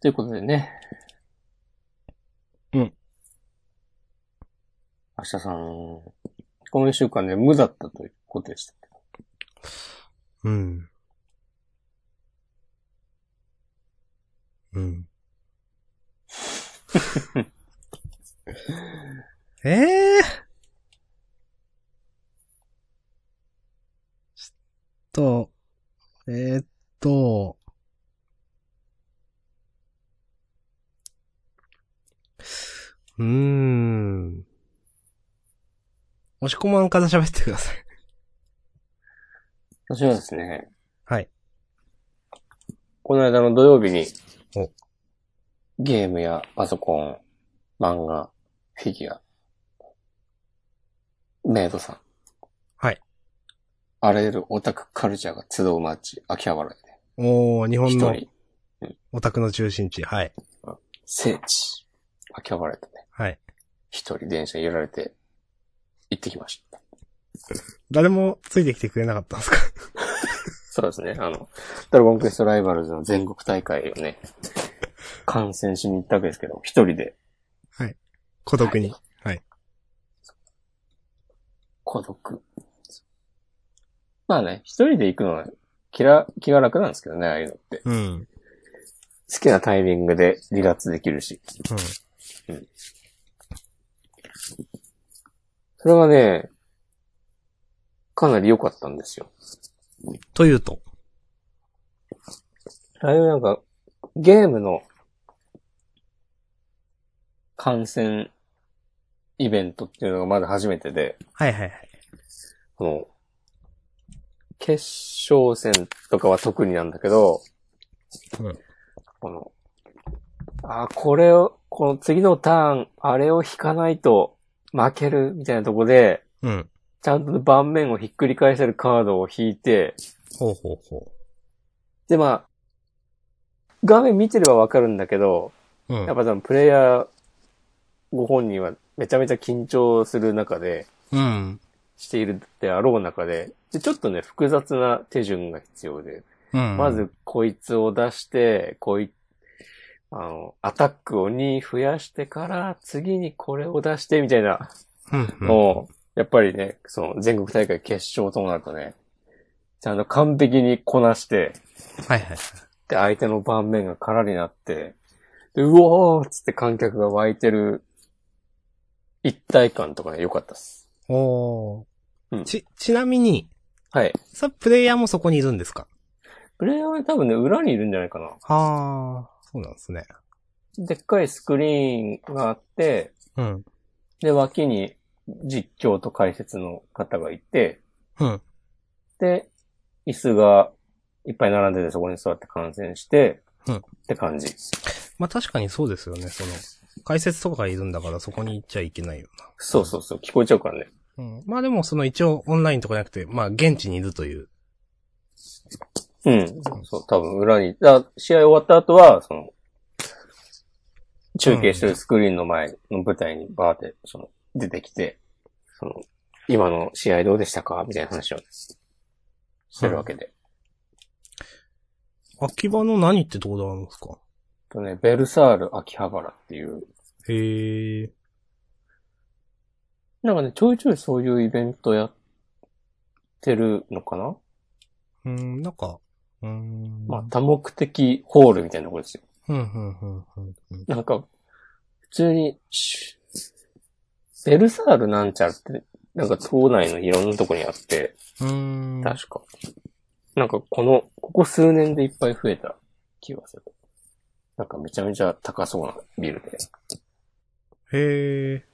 ということでね。うん。明日さん、この一週間ね、無だったということでしたけど。うん。うん。ええー、ちょっと、えー、っと、うーん。押し込まんから喋ってください。私はですね。はい。この間の土曜日にお、ゲームやパソコン、漫画、フィギュア、メイドさん。はい。あらゆるオタクカルチャーが集う街、秋葉原で、ね、 おー、日本一の人、オタクの中心地。はい。聖地、秋葉原でね、はい。一人電車に揺られて、行ってきました。誰もついてきてくれなかったんですか そうですね。あの、ドラゴンクエストライバルズの全国大会を ね、観戦しに行ったわけですけど、一人で孤独に。はい。孤独。まあね、一人で行くのは気ら気が楽なんですけどね、ああいうのって。うん。うん。好きなタイミングで離脱できるし。それはね、かなり良かったんですよ。というと。ああいうなんか、ゲームの観戦イベントっていうのがまだ初めてで、はいはいはい。この、決勝戦とかは特になんだけど、うんこの、あー、これを、この次のターン、あれを引かないと負けるみたいなとこで、うん。ちゃんと盤面をひっくり返せるカードを引いて、ほうほうほで、まあ、画面見てればわかるんだけど、う。うんやっぱ多分プレイヤーご本人はめちゃめちゃ緊張する中で、うん。しているであろう中で、でちょっとね、複雑な手順が必要で、うん。ま、ずこいつを出して、こい、あの、アタックを2増やしてから、次にこれを出して、みたいなうん、うん。のを、やっぱりね、その全国大会決勝ともなるとね、ちゃんと完璧にこなして、はいはい。で、相手の盤面が空になって、でうおーっつって観客が湧いてる一体感とかね、良かったっす。おー。うんち、ちなみに、はい。さ、プレイヤーもそこにいるんですかプレイヤーは多分ね、裏にいるんじゃないかな。あー。そうなんですね。でっかいスクリーンがあって、うん。で、脇に実況と解説の方がいて、うん。で、椅子がいっぱい並んでてそこに座って観戦して、うんって感じ。まあ、確かにそうですよね。その、解説とかがいるんだからそこに行っちゃいけないよそうそうそう、聞こえちゃうからね。な。うん。まあでもその一応オンラインとかじゃなくて、まあ現地にいるという。うん。そう、多分裏に、だ試合終わった後は、その、中継してるスクリーンの前の舞台にバーって、その、出てきて、その、今の試合どうでしたかみたいな話をしてるわけで。秋葉の何ってところなんですかとね、ベルサール秋葉原っていう、へえ。なんかね、ちょいちょいそういうイベントやってるのかなうん、なんか、うん。まあ、多目的ホールみたいなところですよ。うん、うん、うん、うんうん。なんか、普通に、シュベルサールなんちゃらって、なんか島内のいろんなとこにあって、うーん。確か。なんかこの、ここ数年でいっぱい増えた気がする。なんかめちゃめちゃ高そうなビルで。へえ。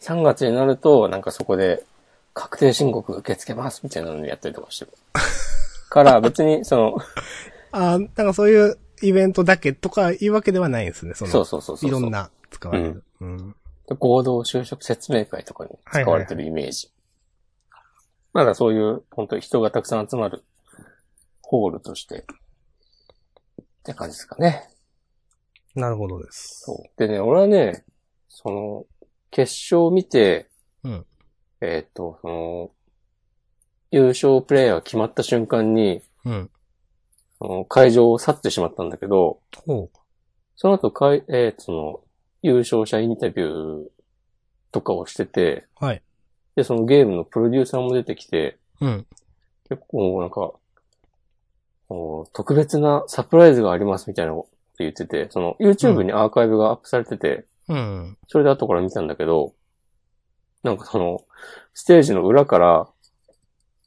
3月になると、なんかそこで、確定申告受け付けますみたいなのやったりとかしてる。から、別に、その、あ、なんかそういうイベントだけとかいうわけではないんですね。その、そうそうそうそう。いろん。な使われる。うん。合同就職説明会とかに使われてるイメージ。まだそういう、本当に人がたくさん集まるホールとして、って感じですかね。なるほどです。そう。でね、俺はね、その、決勝を見て、うんえーっ、と、その、優勝プレイヤーが決まった瞬間に、うん。その会場を去ってしまったんだけど、ほう。その後、かい、えーその、優勝者インタビューとかをしてて、はい。で、そのゲームのプロデューサーも出てきて、うん。結構なんか、こう特別なサプライズがありますみたいなこと言ってて、その YouTube にアーカイブがアップされてて、うん。それで後から見たんだけど、なんかその、ステージの裏から、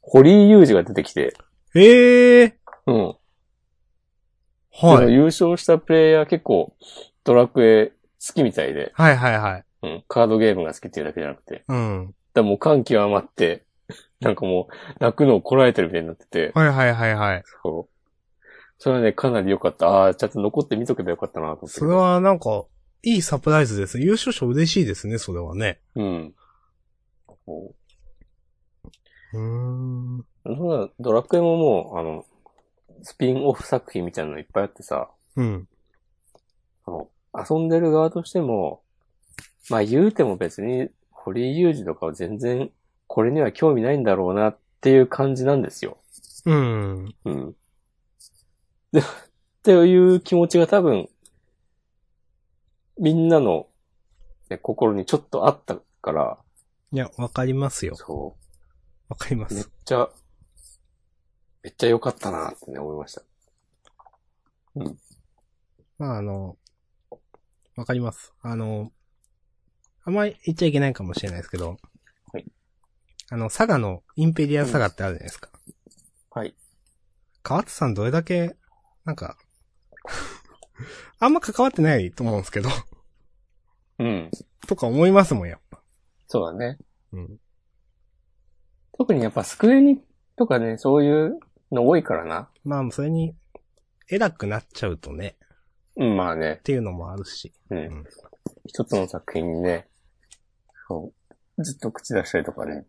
堀井雄二が出てきて、ええうん。ー、はでい。優勝したプレイヤー結構、ドラクエ好きみたいで、はいはいはい。うん、カードゲームが好きっていうだけじゃなくて、うん。だからもう感極まって、なんかもう、泣くのをこらえてるみたいになってて、はいはいはいはい。そう。それはね、かなり良かった。ああ、ちゃんと残って見とけばよかったなと思って。それ。はなんか、いいサプライズです。優勝者嬉しいですね、それはね。うん。こうーん。うそうだドラクエももう、あの、スピンオフ作品みたいなのいっぱいあってさ、うん。あの、遊んでる側としても、まあ言うても別に、堀井雄二とかは全然、これには興味ないんだろうなっていう感じなんですよ。うん。うん。で、っていう気持ちが多分、みんなの、ね、心にちょっとあったから、いや、わかりますよ。そわかりまう。めっす。ちゃ、めっちゃ良かったなってね、思いました。まあ、あの、わかります。あの、あんまり言っちゃいけないかもしれないですけど、はい。あの、佐賀のインペリア佐賀ってあるじゃないですか。はい。川津さんどれだけ、なんか、 あんま関わってないと思うんですけど、 うん。とか思いますもん、やっぱ。そうだね。うん。特にやっぱスクエニとかね、そういうの多いからな。まあ、それに、偉くなっちゃうとね、うん、まあねっ。ていうのもあるし。うん。ん一つの作品にね、そう、ずっと口出したりとか ね、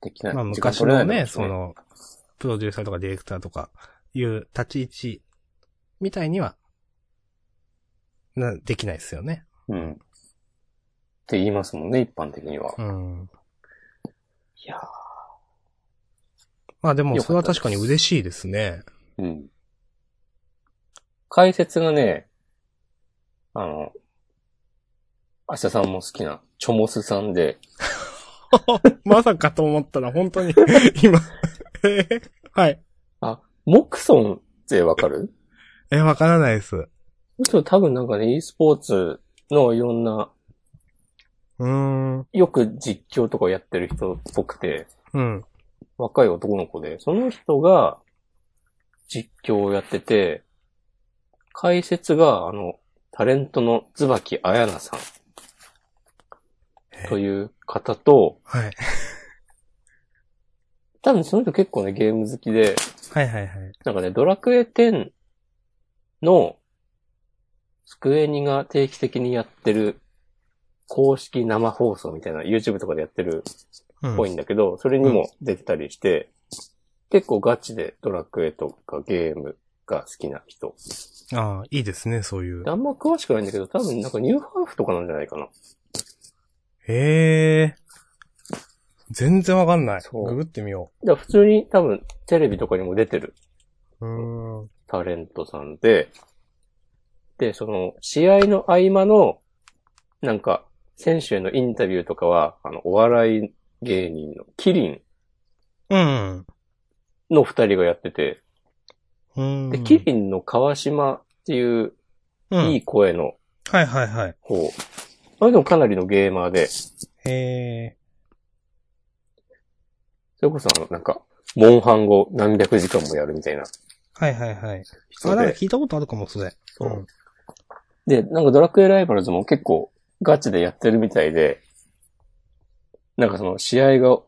できない。まあ、時間昔取れなのいね、ろうしそ、の、プロデューサーとかディレクターとか、いう立ち位置、みたいには、な、できないですよね。うん。って言いますもんね、一般的には。うん。いやまあでも、よかったですそれは確かに嬉しいですね。ーうん。解説がね、あの、明日さんも好きな、チョモスさんで、 まさかと思ったら、本当 に、今、えーはい。あ、モクソンってわかるえー、わからないです。うモクソン多分なんかね、e スポーツのいろんな、ーん。よく実況とかをやってる人っぽくて、うん。若い男の子で、その人が実況をやってて、解説が、あの、タレントの椿彩菜さんえという方と、はい。多分その人結構ね、ゲーム好きで、はいはいはい。なんかね、ドラクエ10の、スクエニが定期的にやってる、公式生放送みたいな、YouTube とかでやってるうんっぽいんだけど、それにも出てたりして、結構ガチでドラクエとかゲームが好きな人。ああ、いいですね、そういうで。あんま詳しくないんだけど、多分なんかニューハーフとかなんじゃないかな。へえ。全然わかんない。そうググってみよだから普通に多分テレビとかにも出てるう。うーん。タレントさんで、で、その試合の合間の、なんか選手へのインタビューとかは、あの、お笑い芸人のキリンうん。の二人がやってて、うんで、キリンの川島っていううんいい声のはいはいはい。方、あれでもかなりのゲーマーで、へえ。それこそあの、なんか、モンハンを何百時間もやるみたいなはいはいはい。あ、人なんかで。聞いたことあるかも、それ。そううんで、なんかドラクエライバルズも結構ガチでやってるみたいで、なんかその試合が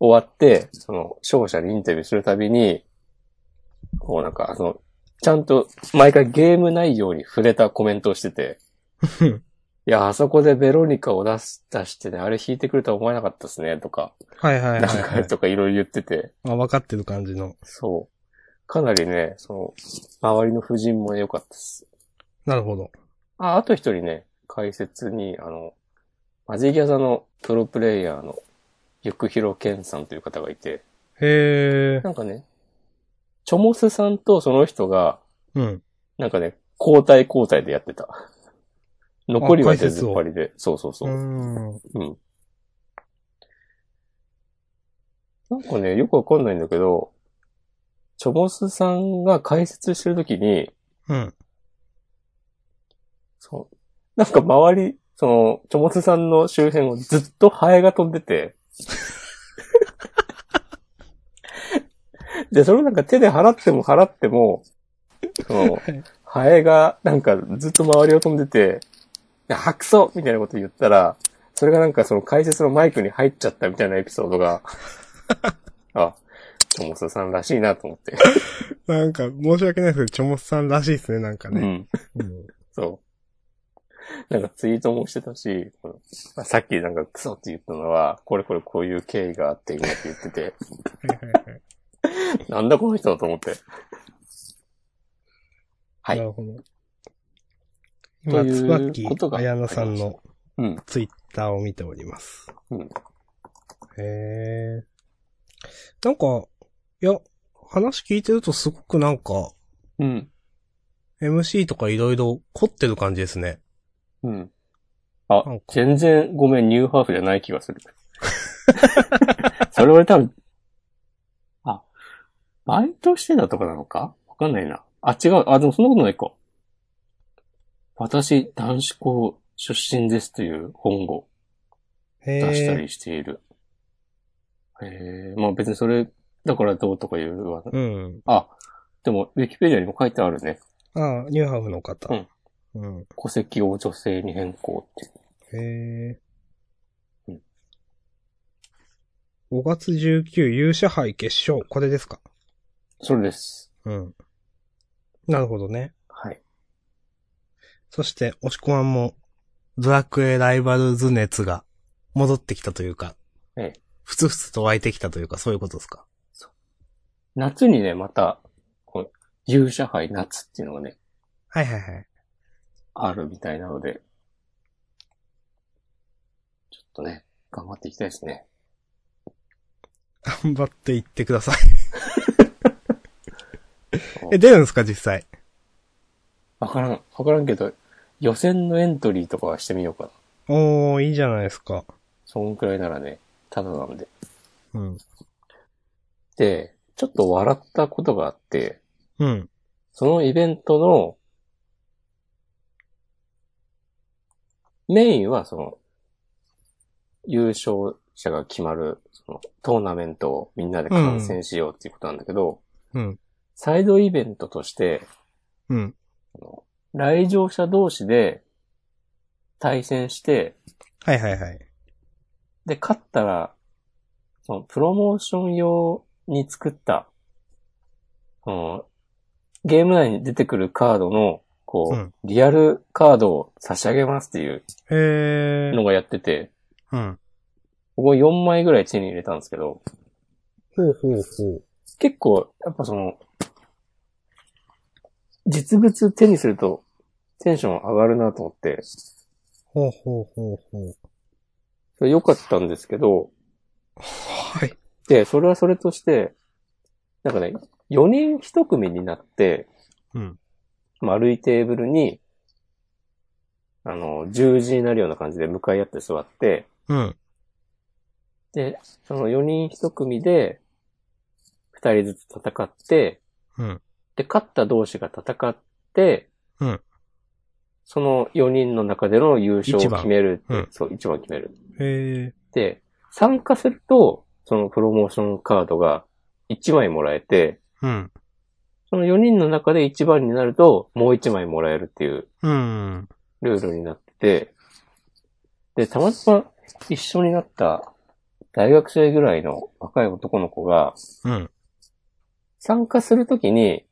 終わって、その勝者にインタビューするたびに、こうなんか、その、ちゃんと毎回ゲーム内容に触れたコメントをして て、いや、あそこでベロニカを出す、出してね、あれ弾いてくれたと思えなかったですね、とか、はいはいはいなんはかい。とかいろいろ言ってて、あ、わかってる感じの。そう。かなりね、その、周りの夫人もね良かったです。なるほど。あ、あと一人ね、解説に、あの、マジギャザのプロプレイヤーの、ゆくひろけんさんという方がいて、へえ。なんかね、チョモスさんとその人が、うん。なんかね、交代交代でやってた。残りは手解説ずをっぱりで。そうそうそうう。ん。うん。なんかね、よくわかんないんだけど、チョボスさんが解説してるときに、うん。そう。なんか周り、その、チョモスさんの周辺をずっとハエが飛んでて。 で、それをなんか手で払っても払っても、そのはい、ハエがなんかずっと周りを飛んでて、いや白草みたいなこと言ったら、それがなんかその解説のマイクに入っちゃったみたいなエピソードが、 あ、チョモスさんらしいなと思って。なんか、申し訳ないですけど、チョモスさんらしいですね、なんかうね。ん。うん。そう。なんかツイートもしてたし、このまあさっきなんかクソって言ったのは、これこれこういう経緯があって今って言ってて、はいはいはい。なんだこの人と思って。はいなるほど。と今、いうつばきことが綾乃さんのうん。ツイッターを見ております。うんへえ。なんか、いや、話聞いてるとすごくなんか、うん。 MC とかいろいろ凝ってる感じですね。うん。あなんか、全然ごめん、ニューハーフじゃない気がする。それ俺多分、あ、バイトしてたとかなのかわかんないな。あ、違う。あ、でもそんなことないか。私、男子校出身ですという本をへ出したえ。りしている。えー、まあ別にそれ、だからどうとか言うわな。うん。あ、でも、ウィキペディアにも書いてあるね。ああ、ニューハーフの方。うん。うん。戸籍を女性に変更って。へえうん。 5月19勇者杯決勝。これですかそれです。うん。なるほどね。はい。そして、押し込まんも、ドラクエライバルズ熱が戻ってきたというか、ええふつふつと湧いてきたというか、そういうことですか夏にね、また、こう勇者杯夏っていうのがね、はいはいはい。あるみたいなので、ちょっとね、頑張っていきたいですね。。頑張っていってくださいえ、出るんですか実際。わからん、わからんけど、予選のエントリーとかはしてみようかな。おー、いいじゃないですか。そんくらいならね、ただなんで。うん。で、ちょっと笑ったことがあって、うん。そのイベントの、メインはその、優勝者が決まる、その、トーナメントをみんなで観戦しようっていうことなんだけど、うん。サイドイベントとして、うん。あの来場者同士で対戦して、はいはいはい。で、勝ったら、その、プロモーション用に作った、その、ゲーム内に出てくるカードの、こう、うんリアルカードを差し上げますっていうへーの。がやってて、うん。ここ4枚ぐらい手に入れたんですけど、ほうほうほう。結構、やっぱその、実物手にするとテンション上がるなと思って、ほうほうほうほう。それ良かったんですけど、はい。で、それはそれとして、なんかね、4人1組になって、うん。丸いテーブルに、あの、十字になるような感じで向かい合って座って、うん。で、その4人1組で、2人ずつ戦って、うん。で、勝った同士が戦って、うんその4人の中での優勝一を番決める。うんそう、一番決める。へえ。で、参加すると、そのプロモーションカードが1枚もらえて、うん。その4人の中で1番になると、もう1枚もらえるっていううん。ルールになってて、で、たまたま一緒になった大学生ぐらいの若い男の子が、うん。参加するときに、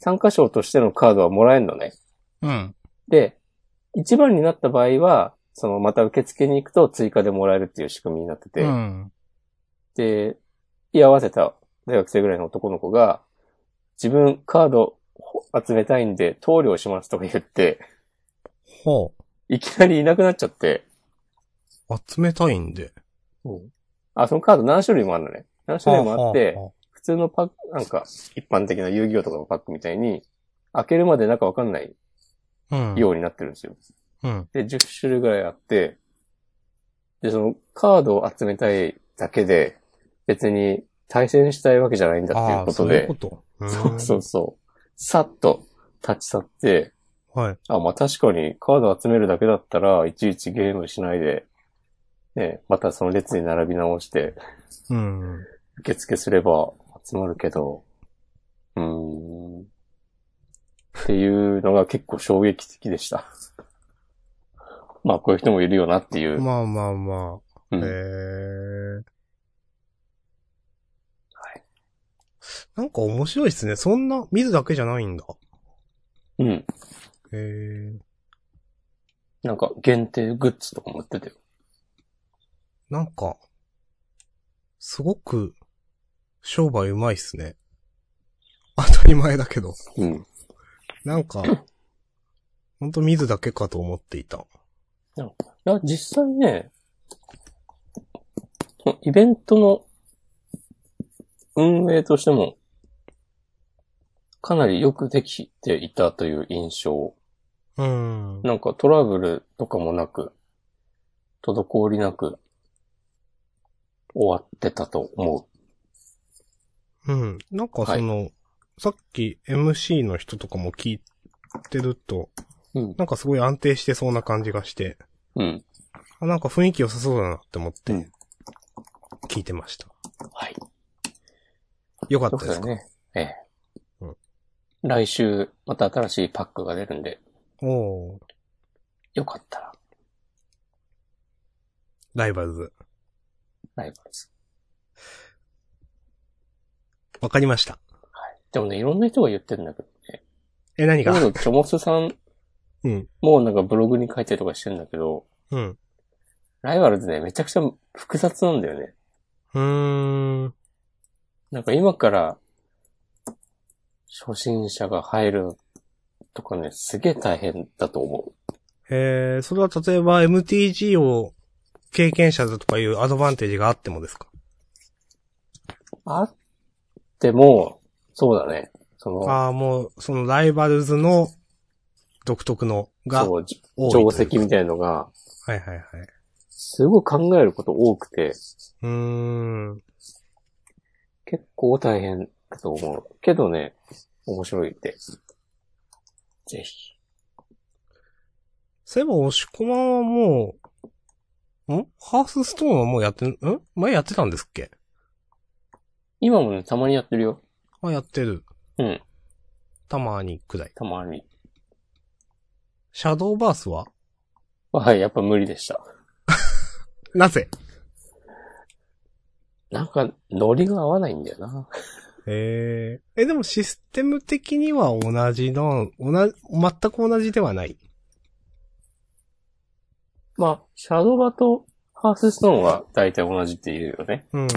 参加賞としてのカードはもらえるのね。うん。で、1番になった場合は、そのまた受付に行くと追加でもらえるっていう仕組みになってて、うん。で、居合わせた大学生ぐらいの男の子が、自分カード集めたいんで投了しますとか言って、ほいきなりいなくなっちゃって、う。集めたいんで。あ、そのカード何種類もあるのね。何種類もあっては、は普通のパック、なんか、一般的な遊戯王とかのパックみたいに、開けるまでなんかわかんないうん。ようになってるんですよ。うん。で、10種類ぐらいあって、で、そのカードを集めたいだけで、別に対戦したいわけじゃないんだっていあうあ、こそとういうでこ、と。 そうそううそう、さっと立ち去って、ん。はい。あ、まあ確かにカード集めるだけだったら、いちいちゲームしないで、ね、またその列に並び直して、うん。受付すれば集まるけど、うーん。っていうのが結構衝撃的でした。 まあ、こういう人もいるよなっていう。まあまあまうあ。んへえ。はい。なんか面白いですね。そんな、見るだけじゃないんだ。うん。へえ。なんか、限定グッズとか持ってて。なんか、すごく、商売うまいっすね。当たり前だけど。うん。なん か、ほんと見るだけかと思っていた。いや、実際ね、そのイベントの運営としても、かなりよくできていたという印象。うん。なんかトラブルとかもなく、滞りなく、終わってたと思うん。なんかその、さっき MC の人とかも聞いてると、う。うん。なんかすごい安定してそうな感じがして、うん。あなんか雰囲気良さそうだなって思ってうん、聞いてました。はい。よかっそたうでですすか、ね。ええ。うん来週、また新しいパックが出るんで、おー、よかったら、ライバルズ。ライブです。わかりました。でもね、いろんな人が言ってるんだけどね。え、何ちょうがどチョモスさんうん。もなんかブログに書いてるとかしてるんだけど、うん。ライバルズね、めちゃくちゃ複雑なんだよね。うーん。なんか今から、初心者が入るとかね、すげえ大変だと思う。えー、それは例えば MTG を経験者だとかいうアドバンテージがあってもですかあっても、そうだね。その、ああ、もう、そのライバルズの独特のがそう、じ多いという定か。石みたいのが、はいはいはい。すごい考えること多くて、うーん。結構大変だと思う。けどね、面白いって。ぜひ。そういえば、押し込まんはもう、んハースストーンはもうやってん、ん前やってたんですっけ今もね、たまにやってるよ。あ、やってる。うん。たまにくらい。たまに。シャドーバースははい、やっぱ無理でした。なぜなんか、ノリが合わないんだよな。ええ。え、でもシステム的には同じの、同じ、全く同じではない。まあ、シャドバとハースストーンは大体同じって言うよね。うん。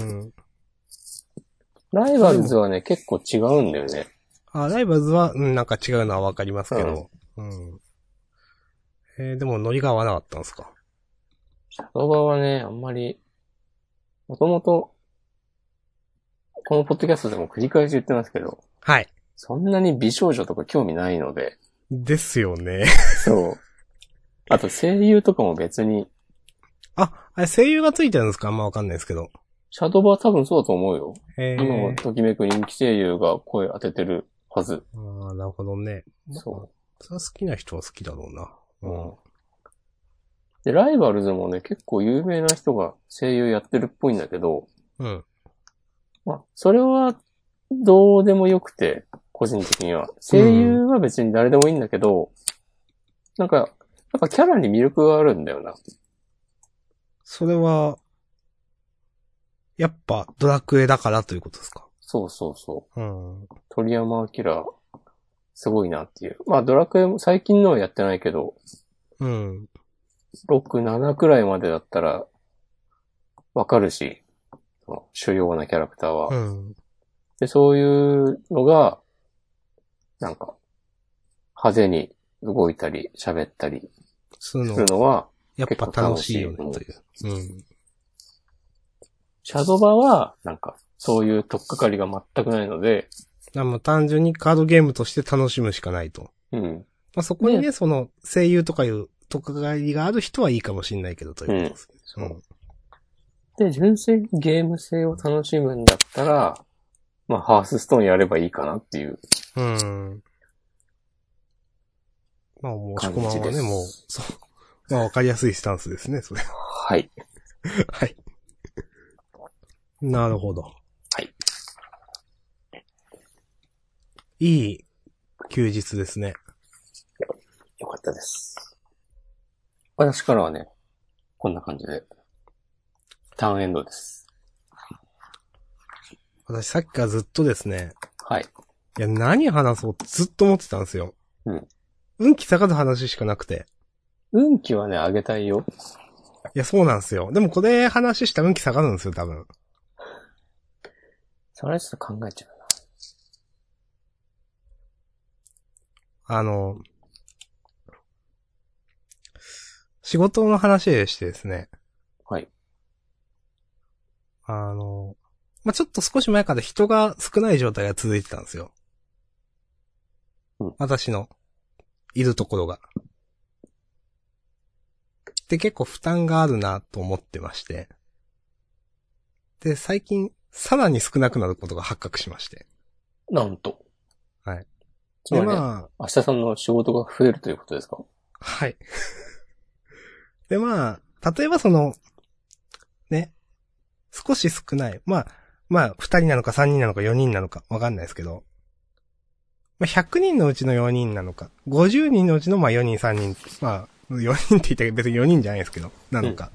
ライバルズはね、結構違うんだよね。あ、ライバルズは、うん、なんか違うのはわかりますけど。うん。えーでもノリが合わなかったんですかシャドバはね、あんまり、もともと、このポッドキャストでも繰り返し言ってますけど、はい。そんなに美少女とか興味ないので、ですよね。 そう。あと声優とかも別に、あ、あれ声優がついてるんですかあんまわかんないですけど。シャドバは多分そうだと思うよ。え今もときめく人気声優が声当ててるはず。ああ、なるほどね。そそれは好きな人は好きだろうな。う。うん。で、ライバルズもね、結構有名な人が声優やってるっぽいんだけど、うん。うん。まあ、それはどうでもよくて、個人的には。声優は別に誰でもいいんだけど、なんか、やっぱキャラに魅力があるんだよな。それは、やっぱドラクエだからということですかそうそうそう。うん。鳥山明、すごいなっていう。まあ、ドラクエも最近のはやってないけど、うん。 6、7くらいまでだったら、わかるし、その主要なキャラクターは。うん。で、そういうのが、なんか、派手に動いたり、喋ったりそういうすのる、のは、やっぱ楽しいよね、結構と楽いう。うん。シャドバは、なんか、そういうとっかかりが全くないので、でも単純にカードゲームとして楽しむしかないと。うん。まあ、そこにね、その、声優とかいう、とかがりがある人はいいかもしれないけど、ということですね。うんで、純粋にゲーム性を楽しむんだったら、まあ、ハースストーンやればいいかなっていううん。うん。まあ、申し込ま感んじはでね、すもう、そう。まあ、わかりやすいスタンスですね、それ。はい。はい。なるほど。はい。いい休日ですね。よかったです。私からはね、こんな感じで。ターンエンドです。私さっきからずっとですね、はい。いや、何話そうってずっと思ってたんですよ。うん。運気下がる話しかなくて。運気はね、上げたいよ。いや、そうなんですよ。でもこれ話したら運気下がるんですよ、多分。それはちょっと考えちゃうな。あの、仕事の話でしてですね。はい。あの、まあ、ちょっと少し前から人が少ない状態が続いてたんですよ。うん私の、いるところが。で、結構負担があるなと思ってまして。で、最近、さらに少なくなることが発覚しまして。なんと。はい。つまで、りね、まあ、明日さんの仕事が増えるということですかはい。 で、まあ、例えばその、ね、少し少ない。まあ、まあ、二人なのか三人なのか四人なのかわかんないですけど、まあ、100人のうちの4人なのか、50人のうちのまあ4人3人、まあ、4人って言ったら別に4人じゃないですけど、なのか。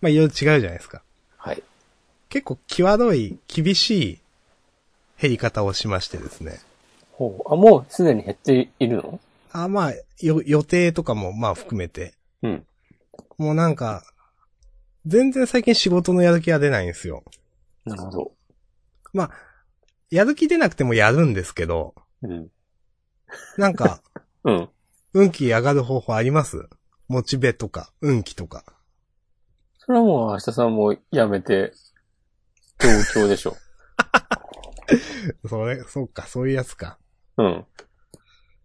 まあ、いろいろ違うじゃないですか。はい。結構、際どい、厳しい減り方をしましてですね。ほう。あ、もうすでに減っているのあまあ、よ予定とかもまあ含めて、うん。もうなんか、全然最近仕事のやる気は出ないんですよ。なるほど。まあ、やる気出なくてもやるんですけど、うん。な んか、うん。運気上がる方法ありますモチベとか、運気とか。それはもう明日さんも辞めて、東京でしょ。それ、そうか、そういうやつか。うん。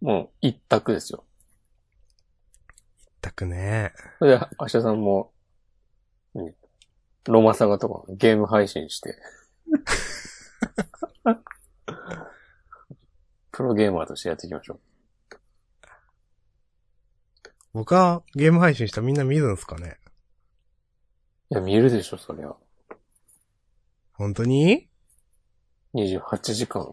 もう一択ですよ。ったくね。それで、明日さんも、うんロマサガとかゲーム配信して、 プロゲーマーとしてやっていきましょ僕はゲーム配信したらみんな見るんですかねう。いや、見るでしょ、そりゃ。本当に28時間。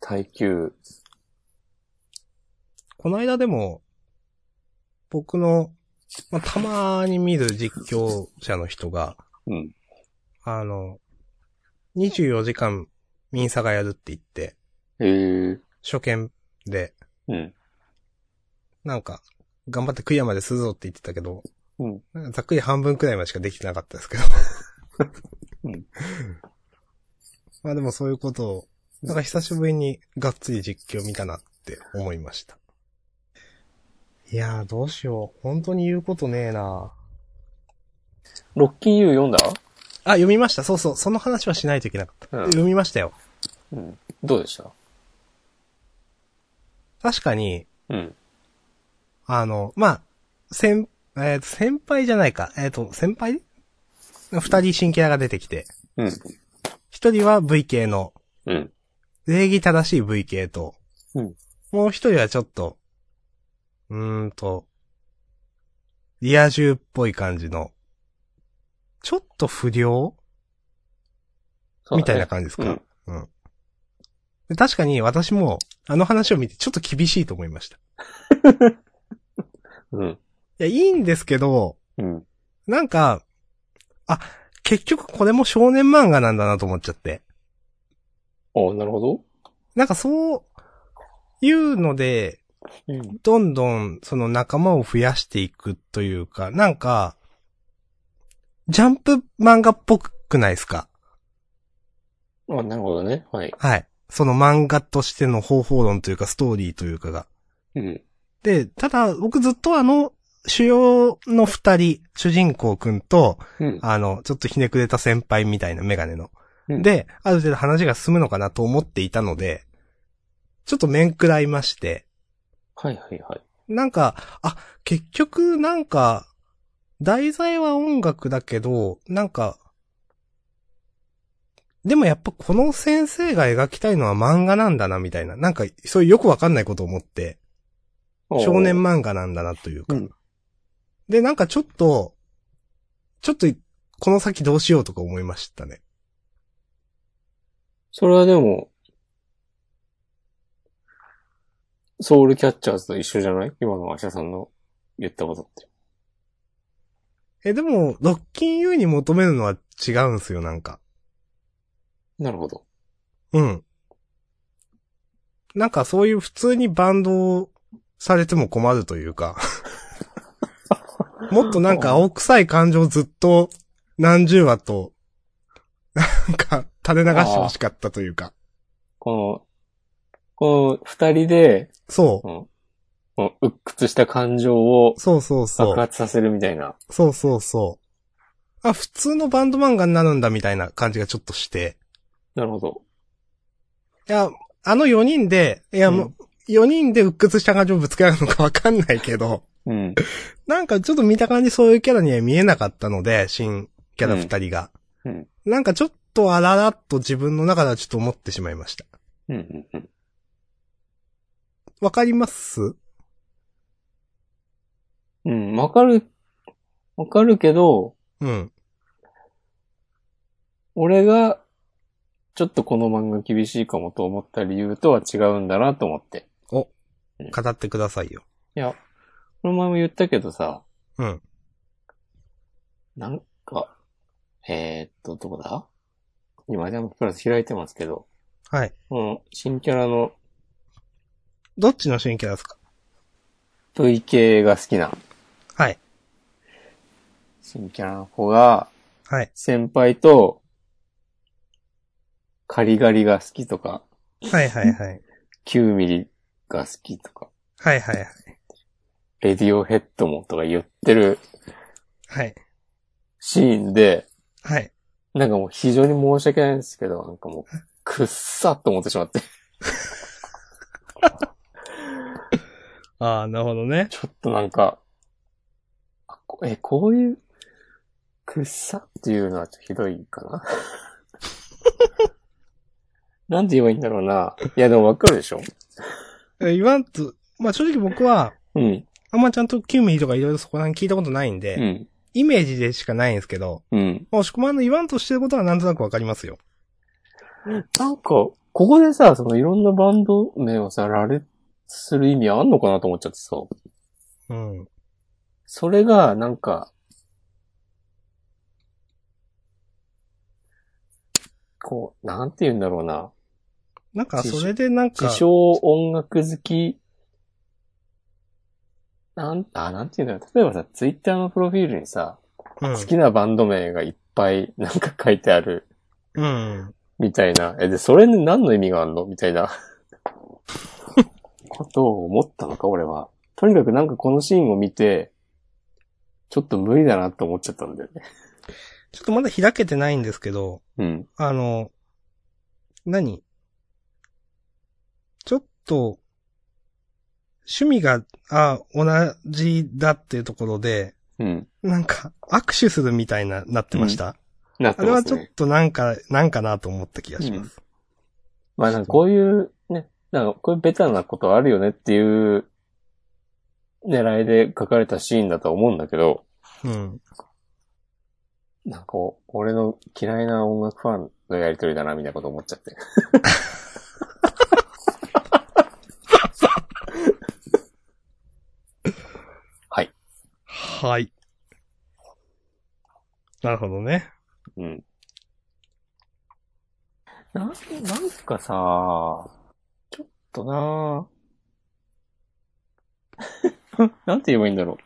耐久。この間でも、僕の、まあ、たまーに見る実況者の人が、うん。あの、24時間ミンサがやるって言って、ええー。初見で、うん。なんか、頑張ってクリアまでするぞって言ってたけど、うんなんかざっくり半分くらいまでしかできてなかったですけど。うん まあでもそういうことを、なんか久しぶりにがっつり実況見たなって思いました。いやーどうしよう。本当に言うことねえなロッキン U 読んだあ、読みました。そうそう。その話はしないといけなかった。うん読みましたよ。うん。どうでした確かに、うん。あの、まあ、先、えーと、先輩じゃないか。えっ、と、先輩二人新キャラが出てきて、うん。一人は V 系の、うん。礼儀正しい V 系と、うんもう一人はちょっと、うーんと、リア充っぽい感じの、ちょっと不良、そうだねみたいな感じですか、うんうんで確かに私も、あの話を見てちょっと厳しいと思いました。うん。いや、いいんですけど、うん。なんか、あ、結局これも少年漫画なんだなと思っちゃって。おなるほど。なんかそういうので、うん。どんどんその仲間を増やしていくというか、なんか、ジャンプ漫画っぽくないですかあ、なるほどね。はい。はい。その漫画としての方法論というかストーリーというかが。うん。で、ただ僕ずっとあの主要の二人、主人公くんと、うん。あの、ちょっとひねくれた先輩みたいなメガネの。うんで、ある程度話が進むのかなと思っていたので、ちょっと面食らいまして、はいはいはい。なんか、あ、結局なんか、題材は音楽だけど、なんか、でもやっぱこの先生が描きたいのは漫画なんだな、みたいな。なんか、そういうよくわかんないことを思って、おー少年漫画なんだなというか。うんで、なんかちょっと、ちょっと、この先どうしようとか思いましたね。それはでも、ソウルキャッチャーズと一緒じゃない今のアシャさんの言ったことって。え、でも、ロッキン U に求めるのは違うんすよ、なんか。なるほど。うん。なんかそういう普通にバンドをされても困るというか。もっとなんか青臭い感情をずっと何十話と、なんか垂れ流してほしかったというか。この、この二人で、そうん、この鬱屈した感情をう。そうそうそ爆う。発させるみたいな。そうそうそう。あ、普通のバンド漫画になるんだみたいな感じがちょっとして。なるほど。いや、あの4人で、いやもう、4人で鬱屈した感情をぶつけ合うのかわかんないけど。 うん。なんかちょっと見た感じそういうキャラには見えなかったので、新キャラ二人が、うんうんなんかちょっとあららっと自分の中ではちょっと思ってしまいました。うんうんうん。わかりますうん、わかる、わかるけど、うん。俺が、ちょっとこの漫画厳しいかもと思った理由とは違うんだなと思って。語ってくださいよ。いや、この前も言ったけどさ、うん。なんか、えー、っと、どこだ今、ジャンププラス開いてますけど、はい。この新キャラのどっちの新キャラですか V 系が好きなはい。新キャラの子が、はい。先輩と、カリガリが好きとか、はいはいはい。 9ミリが好きとか、はいはいはい。レディオヘッドもとか言ってるはい。シーンで、はい。なんかもう非常に申し訳ないんですけど、なんかもう、くっさっと思ってしまって、ああ、なるほどね。ちょっとなんか、あこえ、こういう、くっさっていうのはちょっとひどいかな。 なんて言えばいいんだろうな。いや、でもわかるでしょえ言わんと、まあ正直僕は、うん。あんまちゃんとキューミーとかいろいろそこら辺聞いたことないんで、うん。イメージでしかないんですけど、うん。まあ押し込まんの言わんとしてることはなんとなくわかりますよ。なんか、ここでさ、そのいろんなバンド名をさ、羅列する意味あんのかなと思っちゃってさ、うん。それが、なんか、こう、なんて言うんだろうな。なんか、それでなんか自、称音楽好き、なん、あ、なんて言うんだろう。例えばさ、ツイッターのプロフィールにさ、うん好きなバンド名がいっぱいなんか書いてあるうん。みたいな。え、で、それに何の意味があんのみたい な。ことを思ったのか、俺は。とにかくなんかこのシーンを見て、ちょっと無理だなって思っちゃったんだよね。ちょっとまだ開けてないんですけど、うん。あの、何ちょっと、趣味が、あ、同じだっていうところで、うん。なんか、握手するみたいな、なってました。なってあれまはすちょっね。となんか、なんかなと思った気がします。まあなんかこういうね、なんかこういうベタなことあるよねっていう狙いで書かれたシーンだとは思うんだけど、うん。なんかこう俺の嫌いな音楽ファンのやりとりだなみたいなこと思っちゃって。はい。はい。なるほどね。うん。なん、なんかさ、ちょっとな なんて言えばいいんだろ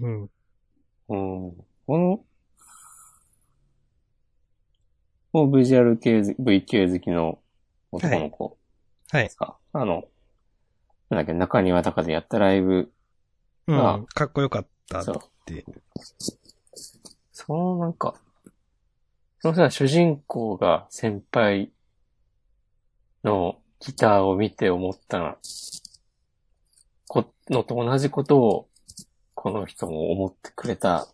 うん。う。うん。この、もうビジュアル系、V 系好きの男の子はいで。すか、あの、なんだっけ、中庭とかでやったライブ、うあん。かっこよかったそうって。そのなんか、そのさ、主人公が先輩のギターを見て思ったら、このと同じことを、この人も思ってくれた、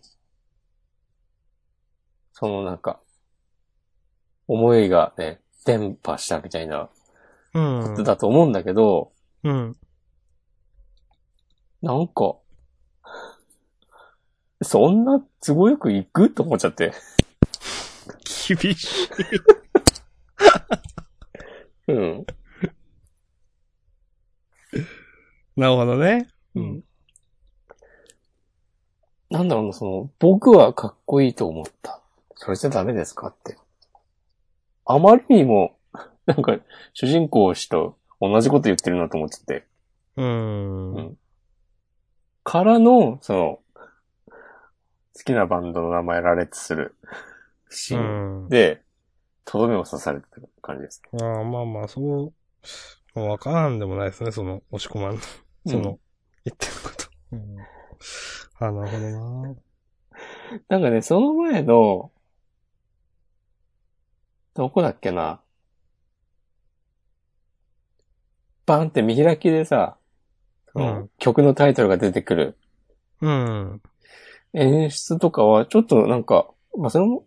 そのなんか、思いがね、伝播したみたいな、うん。だと思うんだけど、うん。なんか、そんな都合よくいくと思っちゃって。厳しい。うん。なるほどね。うん。なんだろうな、その、僕はかっこいいと思った。それじゃダメですかって。あまりにも、 なんか、主人公氏と同じこと言ってるなと思っちゃって。うん。うんからの、その、好きなバンドの名前羅列するシーンん。で、とどめを刺されてる感じです。ああ、まあまあ、そう、まあわからんでもないですね、その、押し込まんの、その、言ってること。うん、あなるほどな。なんかね、その前の、どこだっけな。バンって見開きでさ、そのうん曲のタイトルが出てくるうん。演出とかは、ちょっとなんか、まあ、それも、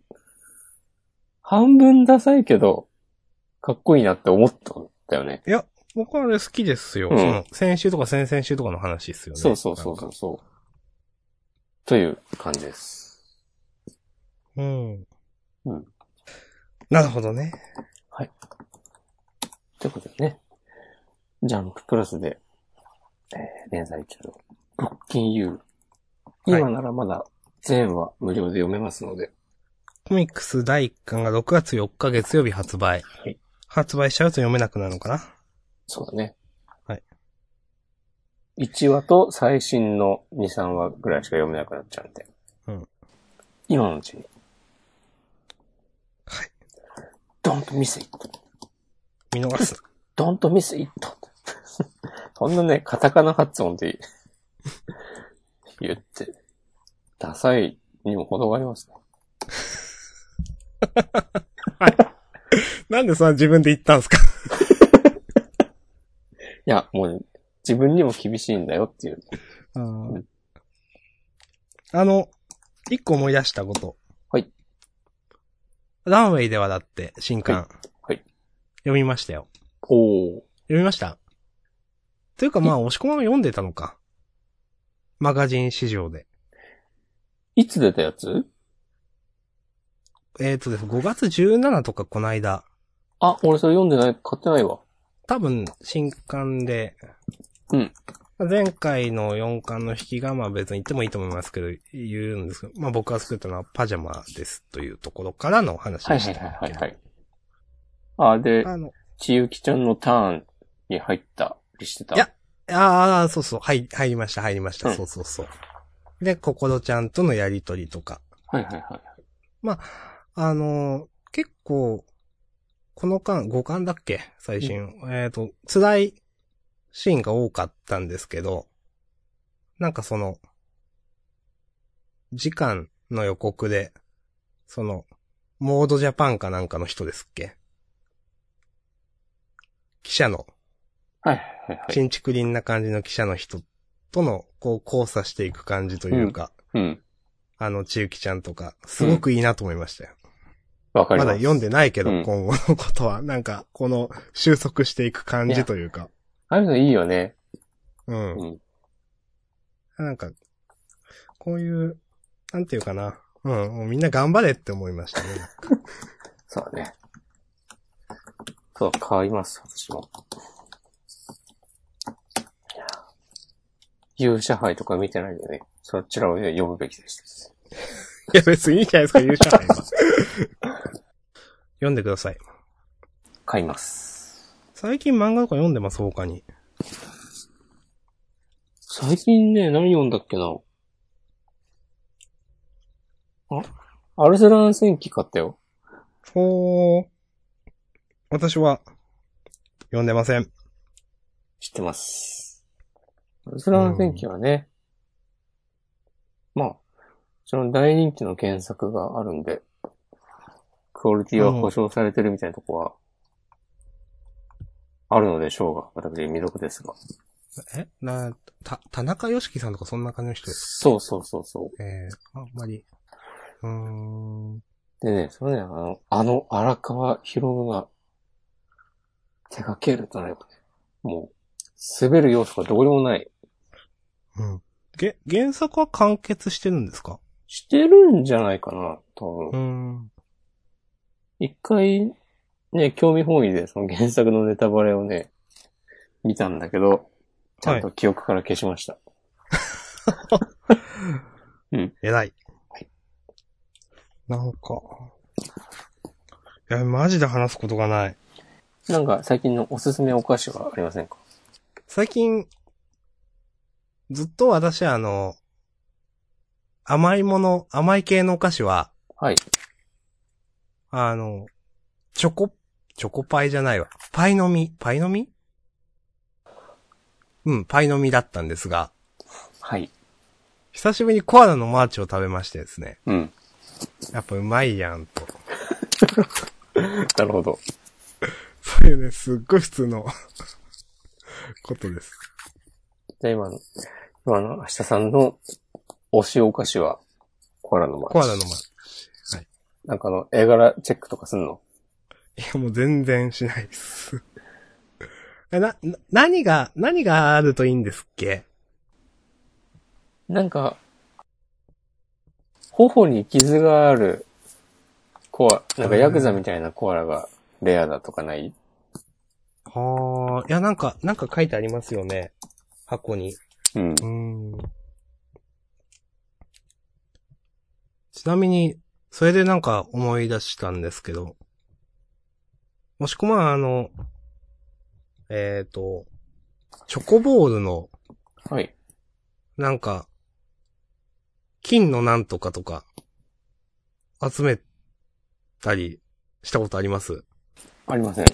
半分ダサいけど、かっこいいなって思ったんだよね。僕はあれ好きですよ。うんその、先週とか先々週とかの話ですよね。そうそうそうそうそう。という感じです。なんか。う。うんんなるほどね。ということでね、ジャンププラスで、えー連載中の、ロッキンユー。はい今ならまだ全話無料で読めますので、コミックス第1巻が6月4日月曜日発売。はい発売しちゃうと読めなくなるのかなそうだね。はい。 1話と最新の2、3話ぐらいしか読めなくなっちゃうんで。うん。今のうちに。はい。 Don't miss it. 見逃す。 Don't miss it. そんなね、カタカナ発音で言って、ダサいにも程がありますね。 なんでそんな自分で言ったんですかいや、もうね、自分にも厳しいんだよっていう。 あうーんあの、一個思い出したこと。はい。ランウェイではだって、新刊。はいはい読みましたよ。おー。読みましたというかまあ、押し込まん読んでたのか。マガジン市場で。いつ出たやつえっ、ー、とです、5月17とかこの間、あ、俺それ読んでない、買ってないわ。多分、新刊で、うん。前回の4巻の引きが、まあ別に言ってもいいと思いますけど、言うんですけど、まあ僕が作ったのはパジャマですというところからの話はいでしはたいけど。はいはい、はい。あ、で、あの、ちゆきちゃんのターンに入ったりしてた。いやああ、そうそう、はい、入りました、入りました、うんそうそうそう。で、ココロちゃんとのやりとりとか。はいはいはい。まあ、あのー結構、この間、5巻だっけ最新。えっ、と、辛いシーンが多かったんですけど、なんかその、時間の予告で、その、モードジャパンかなんかの人ですっけ記者の、はいはいはい。ちんちくりんな感じの記者の人との、こう、交差していく感じというか、うん。あの、ちゆきちゃんとか、すごくいいなと思いましたよ。わかりまます。だ読んでないけど、うん今後のことは、 なんか、この、収束していく感じというか、ああいうのいいよね。うん。うん。なんか、こういう、なんていうかな、うん、もうみんな頑張れって思いましたね。そうだね。そう、買います、私も。いや勇者杯とか見てないんでね、そちらを読むべきでした。 いや、別にいいじゃないですか、勇者杯は。 読んでください。買います。最近漫画とか読んでます、他に。最近ね、何読んだっけなあアルセラン戦記買ったよ。ほー。私は、読んでません。知ってます。アルセラン戦記はね、まあ、その大人気の原作があるんで、クオリティは保証されてるみたいなとこは、あるのでしょうが、私未読ですが。えな、た、田中良樹さんとかそんな感じの人です。そうそうそうそえー、あんまり。うーん。う。でね、それね、あの、あの荒川博夢が手掛けるとなればね、もう、滑る要素がどこにもない。うん。げ、原作は完結してるんですかしてるんじゃないかな、多う分。ん。一回、ね、興味本位でその原作のネタバレをね、見たんだけど、ちゃんと記憶から消しました。偉い。はいなんか。いや、マジで話すことがない。なんか最近のおすすめお菓子はありませんか最近、ずっと私はあの、甘いもの、甘い系のお菓子は、はい。あの、チョコ、チョコパイじゃないわ。パイの実、パイの実うん、パイの実だったんですが、はい。久しぶりにコアラのマーチを食べましてですね。うん。やっぱうまいやんと。なるほど。そういうね、すっごい普通の、 ことです。じゃあ今の、今の明日さんの推しお菓子は、コアラのマーチコアラのマーチ。なんかあの、絵柄チェックとかすんのいや、もう全然しないです。 えな、な、何が、何があるといいんですっけなんか、頬に傷がある、コア、なんかヤクザみたいなコアラがレアだとかないはあ、いや、なんか、なんか書いてありますよね。箱に。うんう。ん。ちなみに、それでなんか思い出したんですけど、もしくはあの、えっ、と、チョコボールの、はい。なんか、金のなんとかとか、集めたりしたことありますありません。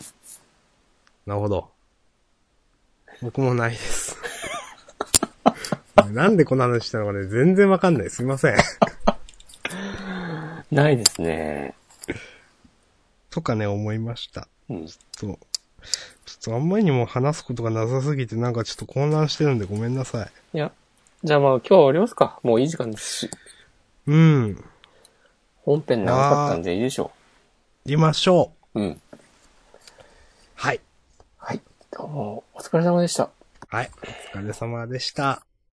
なるほど。僕もないです。なんでこの話したのかね、全然わかんない。すいません。ないですね。とかね、思いました。うん。そう。ちょっとあんまりにも話すことがなさすぎて、なんかちょっと混乱してるんでごめんなさい。いや、じゃあまあ今日は終わりますか。もういい時間ですし、うん。本編長かったんでいいでしょ行きましょう。う。うん。はい。はい。どうも、お疲れ様でした。はい。お疲れ様でした。